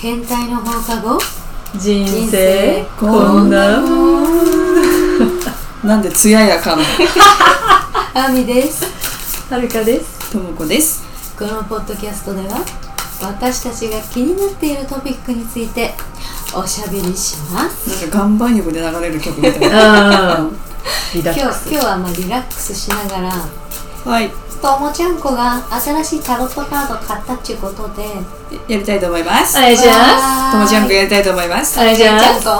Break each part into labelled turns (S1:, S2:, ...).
S1: 変態の放課後
S2: 人
S1: 生
S2: 生
S1: こ
S2: こ
S1: ん
S2: ん
S1: な
S2: な
S1: も
S2: もん
S3: なんで艶やかな
S1: あみです
S2: はるかです
S3: ともこです。
S1: このポッドキャストでは私たちが気になっているトピックについておしゃべりします
S3: なんか岩盤浴で流れる曲 みたいな。
S2: ああリ
S1: 今
S2: ラ
S1: 日今
S2: ックス
S1: 日はまあリラックスしながら
S3: はい、
S1: ともちゃんこが新しいタロットカード買ったっちゅうことで
S3: やりたいと思います。
S2: お願いしま
S3: ともちゃん
S1: こ
S3: くやりたいと思います
S2: すお。願いし
S1: ち
S2: ま
S1: ゃん
S2: す
S1: こ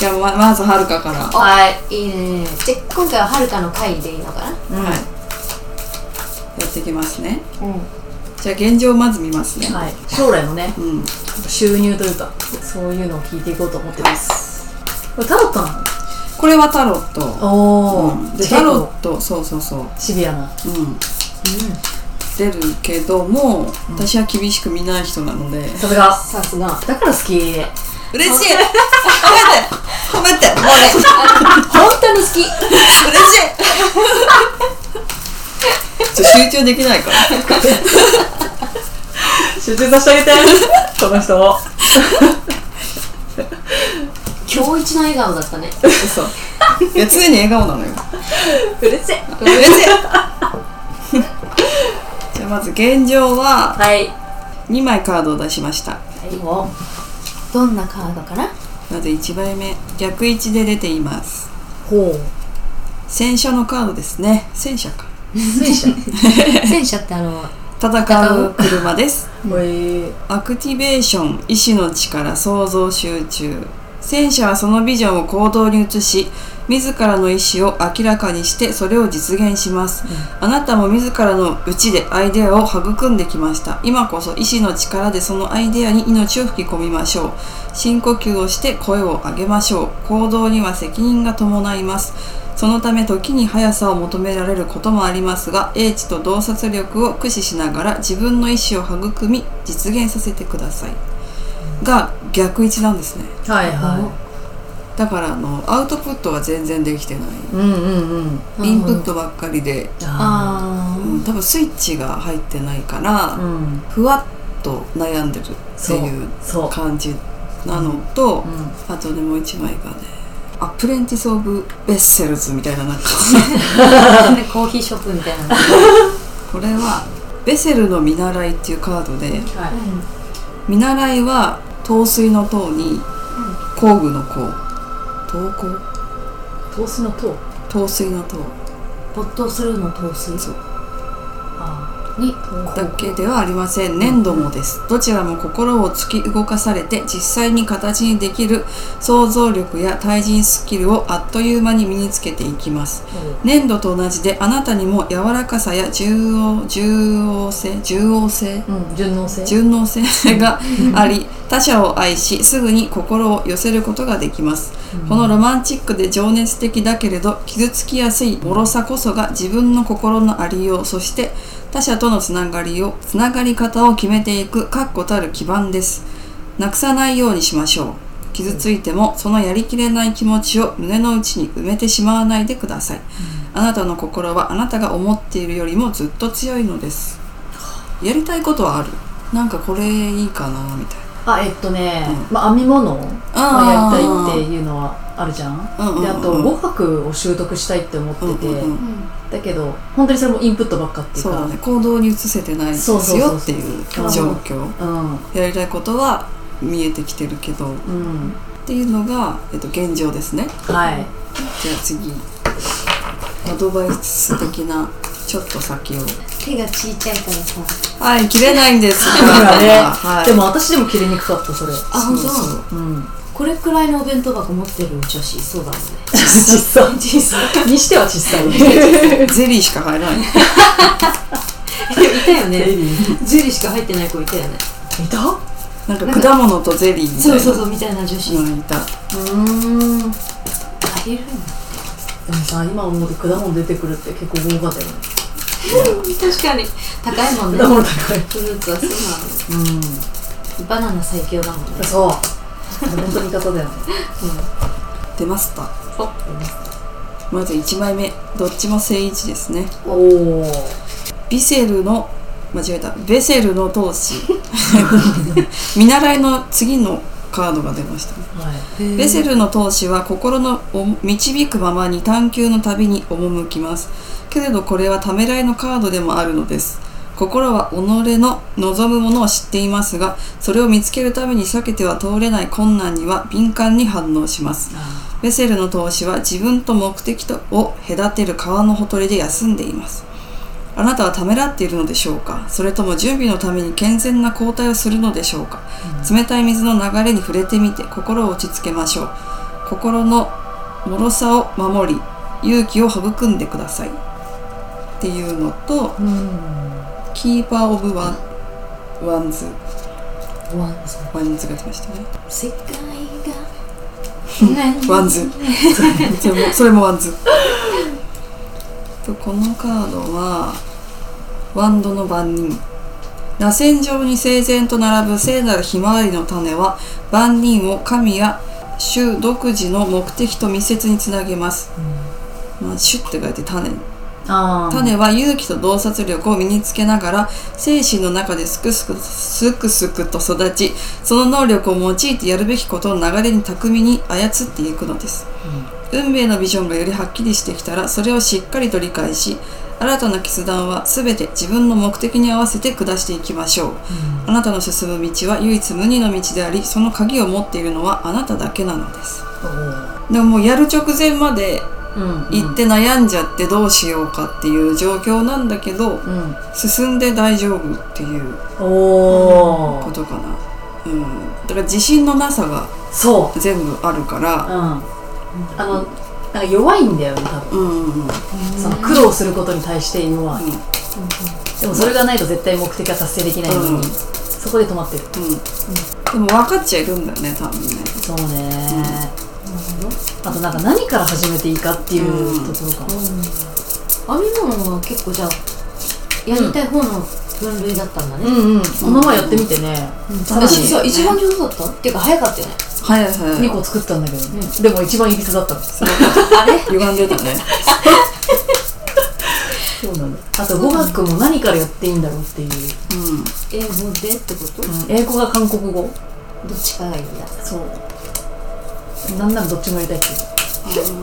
S3: じゃあままずはるかから。はい
S2: はい
S1: いねじゃあ今回ははるかの回でいいのかな。
S3: やっていきますね。
S1: うん
S3: じゃあ現状をまず見ますね。
S2: はい将来のね
S3: うん。
S2: 収入というかそういうのを聞いていこうと思ってますこれタロットな
S3: これはタロット。
S2: のお
S3: うん
S2: ー
S3: で
S2: 結構
S3: タロット、そうそうそう。
S2: シビアな
S3: うん。出るけども、私は厳しく見ない人なので。
S2: さすが
S1: さすが
S2: だから好き
S3: 嬉 しい。褒めて、褒めて。
S1: 俺あ本当に好き
S3: ちょ集中できないから。
S2: 集中させてあげて この人を
S1: 今日一の笑顔だったね
S3: 嘘。いや常に笑顔なのよ。
S2: 嬉しい
S3: 嬉しい じゃあまず現状は
S2: はい
S3: 2枚カードを出しました
S1: おどんなカードかな
S3: まず1枚目逆位置で出ています
S2: ほう
S3: 戦車のカードですね戦車か
S2: 水車
S1: 戦車ってあの
S3: 戦う車です
S2: これ
S3: アクティベーション意志の力想像集中戦車はそのビジョンを行動に移し自らの意思を明らかにしてそれを実現します、あなたも自らのうちでアイデアを育んできました今こそ意志の力でそのアイデアに命を吹き込みましょう深呼吸をして声を上げましょう行動には責任が伴いますそのため時に速さを求められることもありますが英知と洞察力を駆使しながら自分の意思を育み実現させてくださいが逆位置なんですね
S2: はいは
S3: だからあのアウトプットは全然できてない
S2: いうんうんうん
S3: インプットばっかりで、
S2: あ
S1: あー
S3: うん多分スイッチが入ってないから、
S2: あうん
S3: ふわっと悩んでるっていう
S2: そうそう
S3: 感じなのと、
S2: う
S3: あとねもう一枚がねアプレンティス・オブ・ベッセルズみたいななんか
S1: でコーヒーショップみたいなの
S3: これはベセルの見習いっていうカードで
S2: は
S3: 見習いは陶水の塔に工具の工陶工
S2: い投資の塔
S3: 陶水の塔
S1: 没頭するの陶水
S3: そう
S2: あ
S1: に
S3: だけではありません粘土もですどちらも心を突き動かされて実際に形にできる想像力や対人スキルをあっという間に身につけていきます粘土と同じであなたにも柔らかさや重要重要性重要性
S2: うん順応性
S3: 順応性があり他者を愛しすぐに心を寄せることができます、このロマンチックで情熱的だけれど傷つきやすい脆さこそが自分の心のありようそして他者とのつながりをつながり方を決めていく確固たる基盤ですなくさないようにしましょう傷ついてもそのやりきれない気持ちを胸の内に埋めてしまわないでください、あなたの心はあなたが思っているよりもずっと強いのですやりたいことはあるなんかこれいいかなみたい
S2: あえっとね
S3: う
S2: まあ編み物を
S3: あー
S2: やりたいっていうのはあるじゃん
S3: うんうんうん
S2: であと語学を習得したいって思って
S3: な、
S2: て
S3: うんうんうん
S2: だけど本当にそれもインプットばっかっていう
S3: そう
S2: か
S3: だね行動に移せてないんですよ
S2: そうそうそうそう
S3: っていう状況
S2: うん
S3: やりたいことは見えてきてるけどっ
S2: うん
S3: ていうのが、えっと、現状ですね
S2: はい
S3: じゃあ次アドバイス的なちょっと先を
S1: 手がちいちゃいからさ
S3: はい切れないんです
S2: だからね
S3: はい、
S2: でも私でも切れにくかったそれ
S1: あ
S3: そう
S1: 本
S3: そ
S1: 当
S3: う
S2: うん
S1: これくらいのお弁当箱持ってる女子そう だもんね
S2: 小さい小さいにしては小 さい
S3: ゼリーしか入らない
S1: いたよね
S2: い
S1: ゼリーしか入ってない子いたよね
S2: たう
S3: なんか果物とゼリーみたいな
S1: そうそうそうみたいな女子、あ
S3: うんいた
S2: ー
S1: い
S2: ん
S1: るんだ
S2: でもさ今思うと果物出てくるって結構豪華だよね
S1: 確かに高いもんね
S2: 果物高い
S1: フルーツはそう
S2: う
S1: なのバナナ最強だもんね
S2: んそう本当に方だよね
S3: 出ました
S1: お
S3: まず1枚目どっちも正位置ですね
S2: おお
S3: ビセルの間違えたベセルの闘士見習いの次のカードが出ましたね
S2: は
S3: ベセルの闘士は心のお導くままに探求の旅に赴きますけれどこれはためらいのカードでもあるのです心は己の望むものを知っていますがそれを見つけるために避けては通れない困難には敏感に反応しますベセルの投資は自分と目的とを隔てる川のほとりで休んでいます。あなたはためらっているのでしょうかそれとも準備のために健全な交代をするのでしょうか、冷たい水の流れに触れてみて心を落ち着けましょう。心の脆さを守り、勇気を育んでください。っていうのと、
S2: いうん
S3: キーパーオブワン、ワンズ、
S2: ワンズ
S3: ワンズが出ましたね。
S1: 世界が
S3: ワンズ。それもそれもワンズ。とこのカードはワンドの番人。螺旋状に整然と並ぶ聖なるひまわりの種は万人を神や主独自の目的と密接につなげます。まあ、主って書いて種
S2: あ
S3: 種は勇気と洞察力を身につけながら精神の中ですくすくすくすくと育ちその能力を用いてやるべきことの流れに巧みに操っていくのです、運命のビジョンがよりはっきりしてきたらそれをしっかりと理解し新たな決断は全て自分の目的に合わせて下していきましょう、あなたの進む道は唯一無二の道でありその鍵を持っているのはあなただけなのです
S2: あ
S3: でももうやる直前まで
S2: うん
S3: 行って悩んじゃってどうしようかっていう状況なんだけ
S2: う
S3: ど
S2: ん
S3: 進んで大丈夫っていう
S2: お
S3: こ
S2: お
S3: とかな、うん、だから自信のなさが
S2: そ
S3: 全部あるから
S2: ううんあのなんか弱いんだよね多分
S3: うんうんうんうん
S2: その苦労することに対して弱い
S3: うん
S2: でもそれがないと絶対目的は達成できないの
S3: うん
S2: にそこで止まってる
S3: でも分かっちゃいるんだよね多分ね
S2: そうねあとなんか何から始めていいかっていうところかな
S1: 編み物は結構じゃあやりたい方の分類だったんだね、
S2: うんうんこの前やってみてね
S1: 私
S3: そ
S1: さ
S3: う
S1: 一番上手だったっていうか早かったよね
S3: 早い早い
S2: 2個作ったんだけどねでも一番いびつだったの
S1: あれ
S3: 歪んでたね
S2: そうなんだあと語学も何からやっていいんだろうっていう
S3: うん
S1: 英語でってこと、
S2: 英語が韓国語
S1: どっちかがいいんだ
S2: そうなんならどっちもやりたいっていう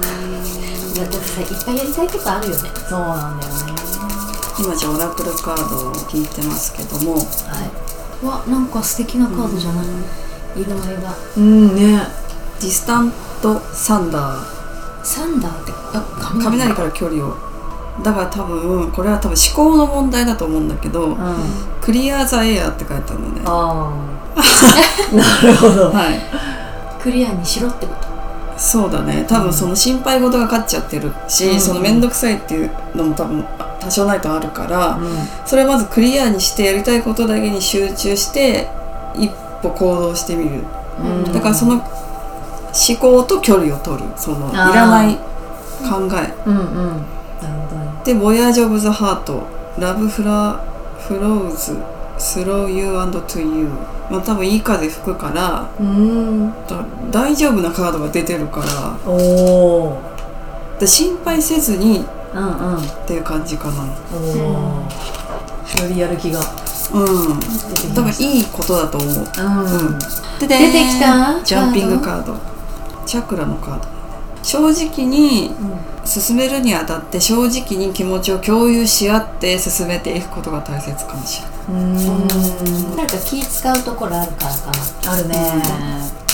S1: だってさいっぱいやりたいことあるよね
S2: そうなんだよね
S3: 今じゃあオラクルカードを引いてますけども
S2: は
S1: わなんか素敵なカードじゃない、色合いが
S2: いうんね
S3: ディスタントサンダー
S1: サンダーって
S3: あ雷から距離をだから多分これは多分思考の問題だと思うんだけど、
S2: うんあ
S3: クリア・ザ・エアって書いてあるのね
S2: あーなるほど
S3: はい
S1: クリアにしろってこと
S3: そうだね多分その心配事が勝っちゃってるし、
S2: うん
S3: その面倒くさいっていうのも多分多少ないとあるから、
S2: う
S3: それをまずクリアにしてやりたいことだけに集中して一歩行動してみる、
S2: ん
S3: だからその思考と距離を取るそのい
S2: あー
S3: らない考え
S2: うんうんなるほどね
S3: で「ボヤージ・オブ・ザ・ハート」「ラブ・フラ・フローズ」「スロー・ユー・アンド・トゥ・ユー」まあ多分いい風吹くから
S2: うん
S3: だ大丈夫なカードが出てるから
S2: おお
S3: で心配せずにっ
S2: うんうん
S3: ていう感じかな
S2: おおよりやる気が
S3: うん
S2: 出てき
S3: 多
S2: ま
S3: 分
S2: し
S3: いいことだと思う
S2: たうん
S1: 出
S3: 出
S1: てきた
S3: ジャンピングカードチャクラのカード正直に進めるにあたって正直に気持ちを共有し合って進めていくことが大切かもしれない
S2: うん
S1: なんか気使うところあるからかな
S2: あるね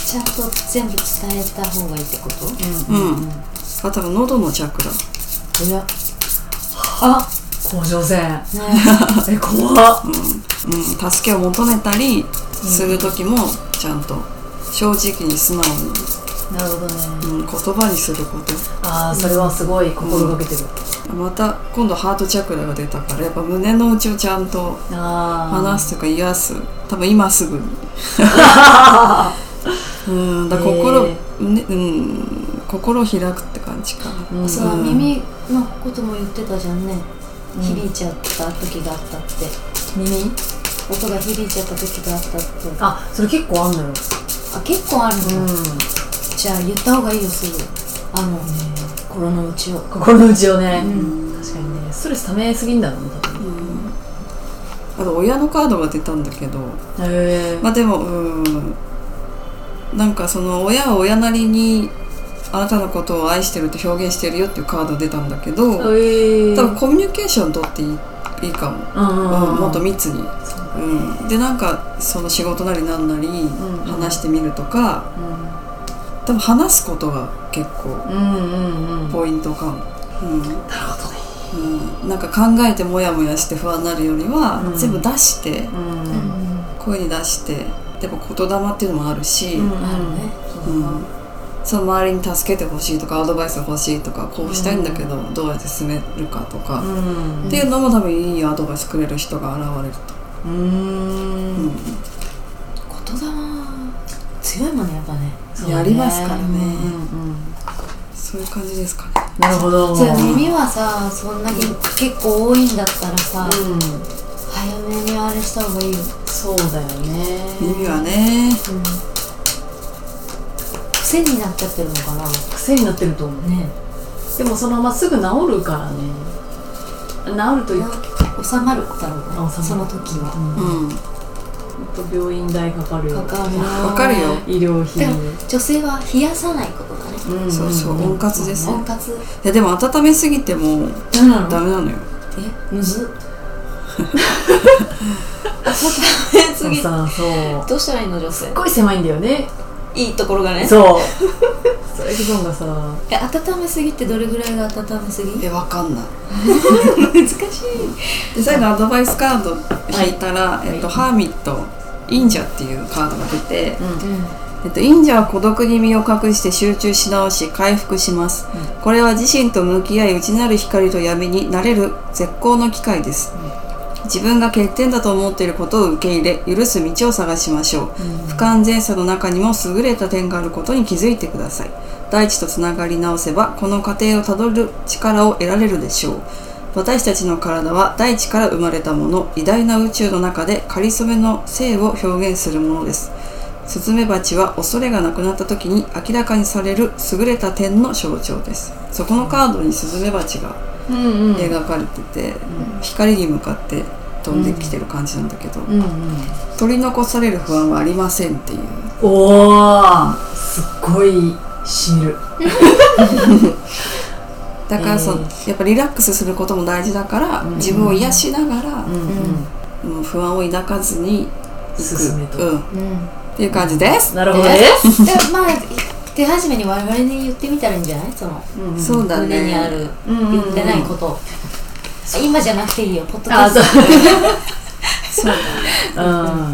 S1: ちゃんと全部伝えた方がいいってこと
S3: うん、あ多分喉のチャクラ
S1: いや
S2: あ甲状腺
S1: ね
S2: え怖っ
S3: うん、助けを求めたりする時もちゃんと正直に素直
S2: なるほどね
S3: に、うん、言葉にすること
S2: ああそれはすごい心がけてる
S3: また今度ハートチャクラが出たからやっぱ胸の内をちゃんと
S2: ああ
S3: 話すとか癒す多分今すぐにうんだから心、
S2: へ
S3: ねうん、心を開くって感じかな、
S2: うん
S1: そう
S3: うん
S1: 耳のことも言ってたじゃんね響いちゃった時があったって
S2: 耳
S1: 音が響いちゃった時があったって
S2: あそれ結構あんのよ
S1: あ結構ある
S2: う
S1: の、
S2: ん
S1: じゃあ言った方がいいよすぐあの、心の内を
S2: 心の内をね
S1: うん
S2: 確かにねストレス溜めすぎんだろうね多分
S3: うんあと親のカードが出たんだけど
S2: へえ
S3: まあでもうんなんかその親は親なりにあなたのことを愛してるって表現してるよっていうカード出たんだけど多
S2: え
S3: 分コミュニケーション取っていいいいかも、うん、もっと密に、うん、でなんかその仕事なりなんなり
S2: ん
S3: 話してみるとか多分話すことが結構
S2: うんうんうん
S3: ポイントかも、うん
S2: なるほどね
S3: うん、なんか考えてモヤモヤして不安になるよりは、
S2: うん
S3: 全部出して
S2: うん
S3: 声に出してでも言霊っていうのもあるし、
S2: うん
S1: あるね
S3: うんその周りに助けてほしいとかアドバイス欲しいとかこうしたいんだけど、どうやって進めるかとか、
S2: うん
S3: っていうのも多分いいアドバイスくれる人が現れる
S2: う
S3: と、
S1: 言
S2: ん
S1: 霊強いもんねやっぱね
S2: そう
S3: やりますからね
S2: うんうん
S3: そういう感じですかね
S2: なるほど
S1: じゃあ耳はさそんなに結構多いんだったらさ、
S2: うん
S1: 早めにあれした方がいいよ、
S2: そうだよね
S3: 耳はね
S1: うん、癖になっちゃってるのかな
S2: 癖になってると思う
S1: ね
S2: でもそのままっすぐ治るからね治るというか
S1: 収まるだろう
S2: あ
S1: ね
S2: 収まる
S1: その時は
S3: うん
S2: ほんと病院代かかるよ
S1: かかるな
S3: わかるよ
S2: 医療費
S1: でも女性は冷やさないことだね
S2: うん
S3: そうそう温活です
S1: 温活
S3: いやでも温めすぎても
S1: 何な
S3: ダメなのよ
S1: えむ ず温めすぎ
S2: さそう
S1: どうしたらいいの女
S2: す
S1: 性
S2: っごい狭いんだよね
S1: いいところがね
S2: そうそれゾンがさ
S1: え温めすぎってどれぐらいが温めすぎ
S3: えわかんない
S1: 難しい
S3: で最後アドバイスカード引いたら、えっと、ハーミット忍者っていうカードが出て、えっと、忍者は孤独に身を隠して集中し直し回復します、これは自身と向き合い内なる光と闇になれる絶好の機会です、自分が欠点だと思っていることを受け入れ許す道を探しましょう、不完全さの中にも優れた点があることに気づいてください大地とつながり直せばこの過程をたどる力を得られるでしょう私たちの体は大地から生まれたもの偉大な宇宙の中で仮初めの性を表現するものですスズメバチは恐れがなくなった時に明らかにされる優れた点の象徴ですそこのカードにスズメバチが
S2: うんうん
S3: 描かれてて、光に向かって飛んできてる感じなんだけど、
S2: うんうん
S3: 取り残される不安はありませんっていう
S2: おおすっごいしみる
S3: だからその、
S2: え
S3: やっぱリラックスすることも大事だから、
S2: うん
S3: 自分を癒しながら、
S2: ん
S1: うん
S3: もう不安を抱かずに行く
S2: 進めと
S3: うん、っ
S1: うん
S3: ていう感じです、
S2: なるほどね
S1: でもまあ手始めに我々に言ってみたらいいんじゃないその
S3: そうだね
S1: 胸にある
S2: うんうんう
S1: 言
S2: ん
S1: ってないことを今じゃなくていいよポッドキャ
S2: あ
S1: ス
S2: そ
S1: ト
S2: う
S3: そうだね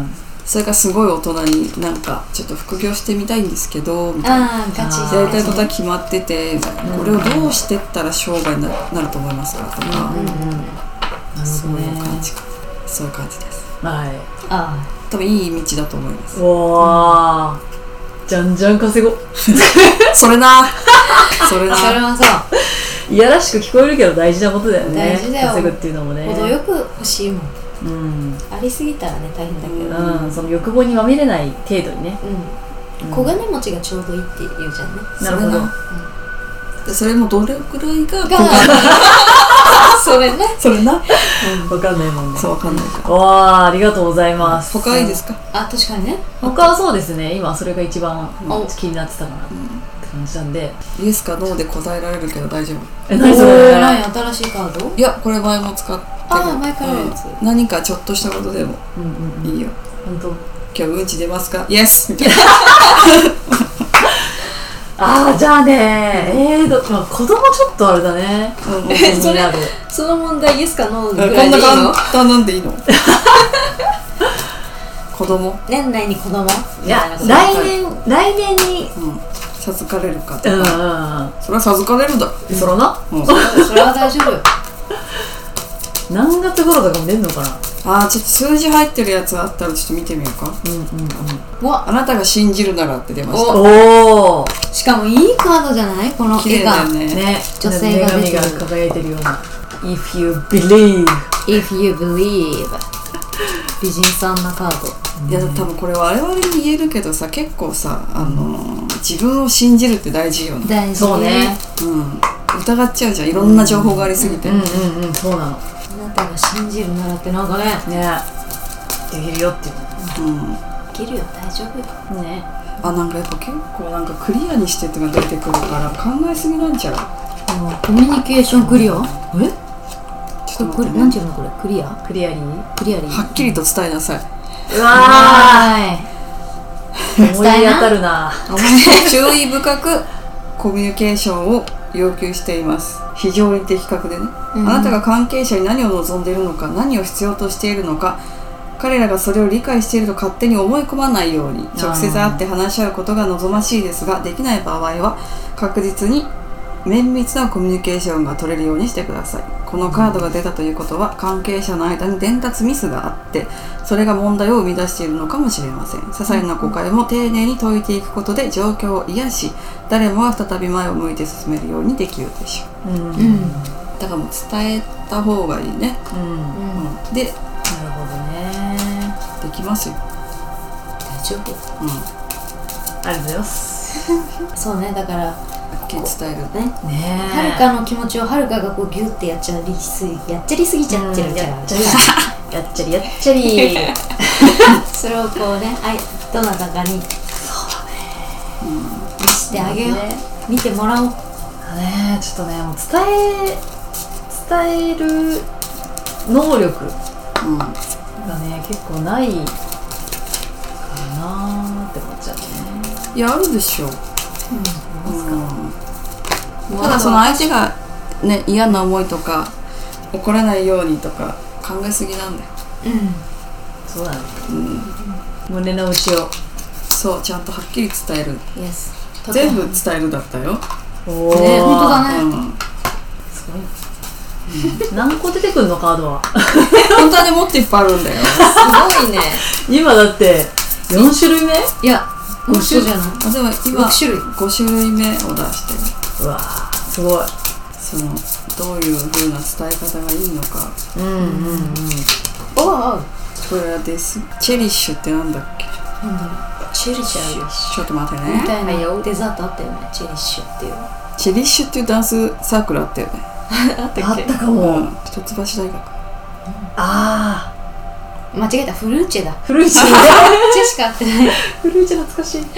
S2: うん
S3: それがすごい大人になんかちょっと副業してみたいんですけどみたいな
S1: ああガチ
S2: あー
S3: やりたいことは決まってて、これをどうしてったら商売にななると思いますかとか、
S2: うんうんなる
S3: そ
S2: ほ
S3: う
S2: ど
S3: いう
S2: ね
S3: 感じかそういう感じです
S2: はい
S1: あ
S3: 多分いい道だと思います
S2: わあじゃんじゃん稼ごう
S3: それな それ
S1: あ
S3: な
S1: それはさ
S2: いやらしく聞こえるけど大事なことだよね
S1: 大事だよ
S2: 稼ぐっていうのもね
S1: 程よく欲しいもん
S2: うん、
S1: ありすぎたらね大変だけど
S2: うん、その欲望にまみれない程度にね
S1: うん小金持ちがちょうどいいって言うじゃんね
S2: なるほど
S3: でそれもどれくらいが
S1: が それね
S3: それ な
S2: わかんないもんね
S3: そうわかんないから
S2: わあありがとうございます
S3: 他いいですか
S1: あ確かにね
S2: 他はそうですね今それが一番
S1: お
S2: 気になってたかなって感じなんで
S3: イエスかノーで答えられるけど大丈夫
S2: え
S1: お
S2: 何そ
S1: ー
S2: れ
S1: 何新しいカード
S3: いやこれ前も使ってる
S1: あー前からあるやつ
S3: うん何かちょっとしたことでも
S2: うんうんうん
S3: いいよ
S2: 本当
S3: 今日うんち出ますかイエスみたいな
S2: ああじゃあねえー、どまあ子供ちょっとあれだね
S3: うん
S2: 気 になる
S1: その問題イエスかノー
S3: こん
S1: ぐらいで
S3: ない
S1: い
S3: 簡
S1: の
S3: 単なんでいい の子供
S1: 年内に子供
S2: いや
S1: みたいなこ
S2: 来年来年に
S3: うん授かれるかと
S2: うんうん
S3: かそれは授かれるだ
S2: うんそろな
S3: もう
S1: とそれは大丈夫よ
S2: 何月頃とかも出んのかな
S3: あーちょっと数字入ってるやつあったらちょっと見てみようか
S2: うんうん
S1: うわ
S3: あなたが信じるならって出ました
S2: うんおお
S1: しかもいいカードじゃないこの
S3: 綺
S1: 絵
S3: 麗だ
S1: が
S3: よね
S2: ね
S1: 女性が出てる
S2: 女神が輝いてるような If you believe
S1: If you believe 美人さんなカード
S3: いや多分これ我々に言えるけどさ結構さ、あのー自分を信じるって大事よね、
S1: 大事
S2: そうね
S3: うん、疑っちゃうじゃんいろんな情報がありすぎて、
S2: うんうんうんそうなの
S1: あなたら信じるならってなんかね
S2: ねできるよってい
S3: うん
S1: できるよ大丈夫よ
S2: うね
S3: あなんかやっぱ結構なんかクリアにしてってのが出てくるから考えすぎなんちゃう
S1: もうコミュニケーションクリアえ
S3: ち
S1: こ
S3: ょ
S1: れ
S3: っ
S1: ことれ
S3: 待って
S1: なん
S3: ね
S1: ていうのこれクリア
S2: クリアリーう
S1: クリアリー
S3: はっきりと伝えなさい
S2: わー 思い
S1: 伝えな
S2: 当たるな
S3: 注意深くコミュニケーションを要求しています非常に的確でね、
S1: うん
S3: あなたが関係者に何を望んでいるのか何を必要としているのか彼らがそれを理解していると勝手に思い込まないように直接会って話し合うことが望ましいですができない場合は確実に綿密なコミュニケーションが取れるようにしてくださいこのカードが出たということは関係者の間に伝達ミスがあってそれが問題を生み出しているのかもしれません些細な誤解も丁寧に解いていくことで状況を癒し誰もが再び前を向いて進めるようにできるでしょ
S2: うんうん
S1: うんうん
S3: うだからもう伝えた方がいいね、うん、で
S2: なるほどね
S3: できますよ、
S1: 大丈夫
S3: うん、
S2: ありがとうございます
S1: そうねだから
S3: はっきり伝える
S1: ね
S2: ねえ
S1: はるかの気持ちをはるかがこうギュってやっちゃりすぎやっちゃりすぎちゃってる
S2: うん
S1: じゃ
S2: や
S1: ん
S2: っちゃりやっちゃりやっち ゃり
S1: それをこうねあいどなたかに見せてあげよう
S2: そうね
S1: 見てもらおう
S2: ねえちょっとねもう伝え伝える能力
S3: うん
S2: がね結構ないかなーって思っちゃうね
S3: いやあるでしょう、うん、ただその相手がね嫌な思いとか怒らないようにとか考えすぎなんだよ
S1: うん
S2: そうだね、胸の内を
S3: そうちゃんとはっきり伝える
S1: Yes
S3: 全部伝えるだったよ、
S2: お
S1: ね本当だね
S3: うん、
S2: すごい何個出てくるのカードは
S3: 本当はねもっといっぱいあるんだよ
S1: すごいね
S2: 今だって4種類目
S1: いや5種じゃない
S3: あでも今
S1: 6種類
S3: 5種類目を出してる
S2: うわーすごい
S3: そのどういう風な伝え方がいいのか
S2: うんうんうん
S1: おお
S3: これはですチェリッシュってなんだっけ
S1: なんだろうチェリッシュ
S3: ちょっと待って
S1: み
S3: ね
S1: たいなデザートあったよねチェリッシュっていうあ
S3: チェリッシュっていうダンスサークルあったよね
S1: った
S2: あ
S1: っ
S2: っ
S1: け
S2: たか
S3: う
S2: も、
S3: ん一橋大学
S2: ああ
S1: 間違えたフルー チェだ
S2: フルーチェ
S1: フルーチェしか合ってない
S2: フルーチェ懐かしいうん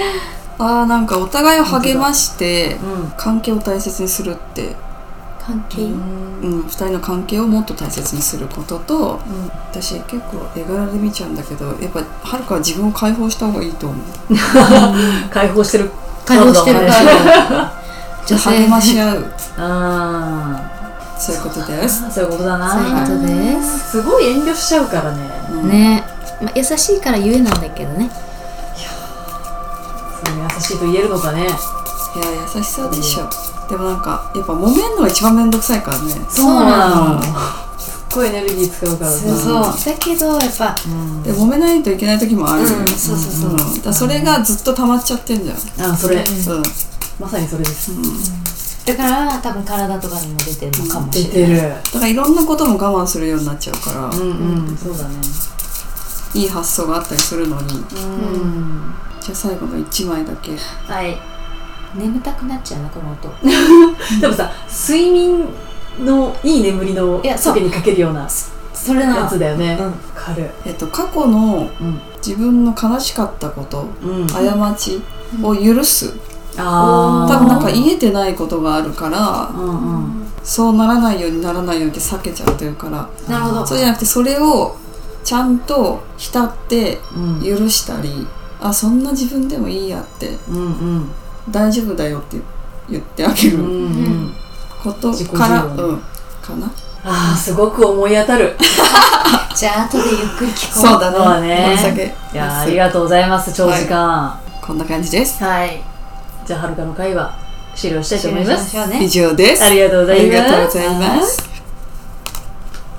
S3: あーなんかお互いを励まして
S2: う
S3: 関係を大切にするって、
S1: 関係
S2: ん
S3: うん、2人の関係をもっと大切にすることと
S2: うん
S3: 私結構絵柄で見ちゃうんだけどやっぱはるかは自分を解放した方がいいと思う
S2: 解放してる
S1: 解放してる
S2: カ
S1: か
S2: ードだもんね
S1: ら女性
S3: 励まし合う
S2: あ
S3: そういうことです
S2: あそういうことだな
S1: そういうことです
S2: すごい遠慮しちゃうから ね
S3: うん
S1: ねまあ優しいからゆえなんだけどね
S2: その優しいと言えるのかね
S3: いや優しさでしょ、でもなんかやっぱ揉めんのが一番めんどくさいからね
S1: そうな
S2: そうなのすっごいエネルギー使うからさ
S1: そうそうだけどやっぱ
S2: うん
S3: で揉めないといけない時もあるよね、
S1: うんそうそうそうん
S3: だからそれがずっと溜まっちゃってんじゃん、
S2: あそれ
S1: うん
S3: うん
S2: まさにそれです
S1: だから多分体とかにも出てるのかも
S2: 出
S1: しれ
S2: て
S1: ない
S2: る
S3: だからいろんなことも我慢するようになっちゃうから、
S2: うんうんそうだね
S3: いい発想があったりするのに
S2: うん
S3: じゃあ最後の1枚だけ
S2: はい
S1: 眠たくなっちゃうなこの音
S2: でもさ睡眠のいい眠りの
S1: いやそう
S2: 時にかけるような
S1: それな
S2: やつだよね
S1: うん
S2: 軽い
S3: えっと過去の
S2: うん
S3: 自分の悲しかったこと
S2: うん
S3: 過ちを許す、
S2: あー
S3: 多分なんか言えてないことがあるから
S2: うんうん
S3: そうならないようにならないようにって避けちゃってるから
S1: なるほど
S3: そうじゃなくてそれをちゃんと浸って
S2: うん
S3: 許したりあそんな自分でもいいやって
S2: うんうん
S3: 大丈夫だよって言ってあげ
S2: う
S3: る
S2: んうん
S3: こと
S2: 自己
S3: から、
S2: 需要
S3: うんかな
S2: ああすごく思い当たる
S1: じゃあ後でゆっくり聞こう
S3: そうだ
S2: そうだ
S3: ね
S2: ね
S3: お酒
S2: いやーありがとうございます長時間
S3: こんな感じです
S2: はい、じゃあはるかの会は終了したいと思います
S1: 終了しましょうね
S3: 以上です
S2: ありがとうございます
S3: ありがとうございます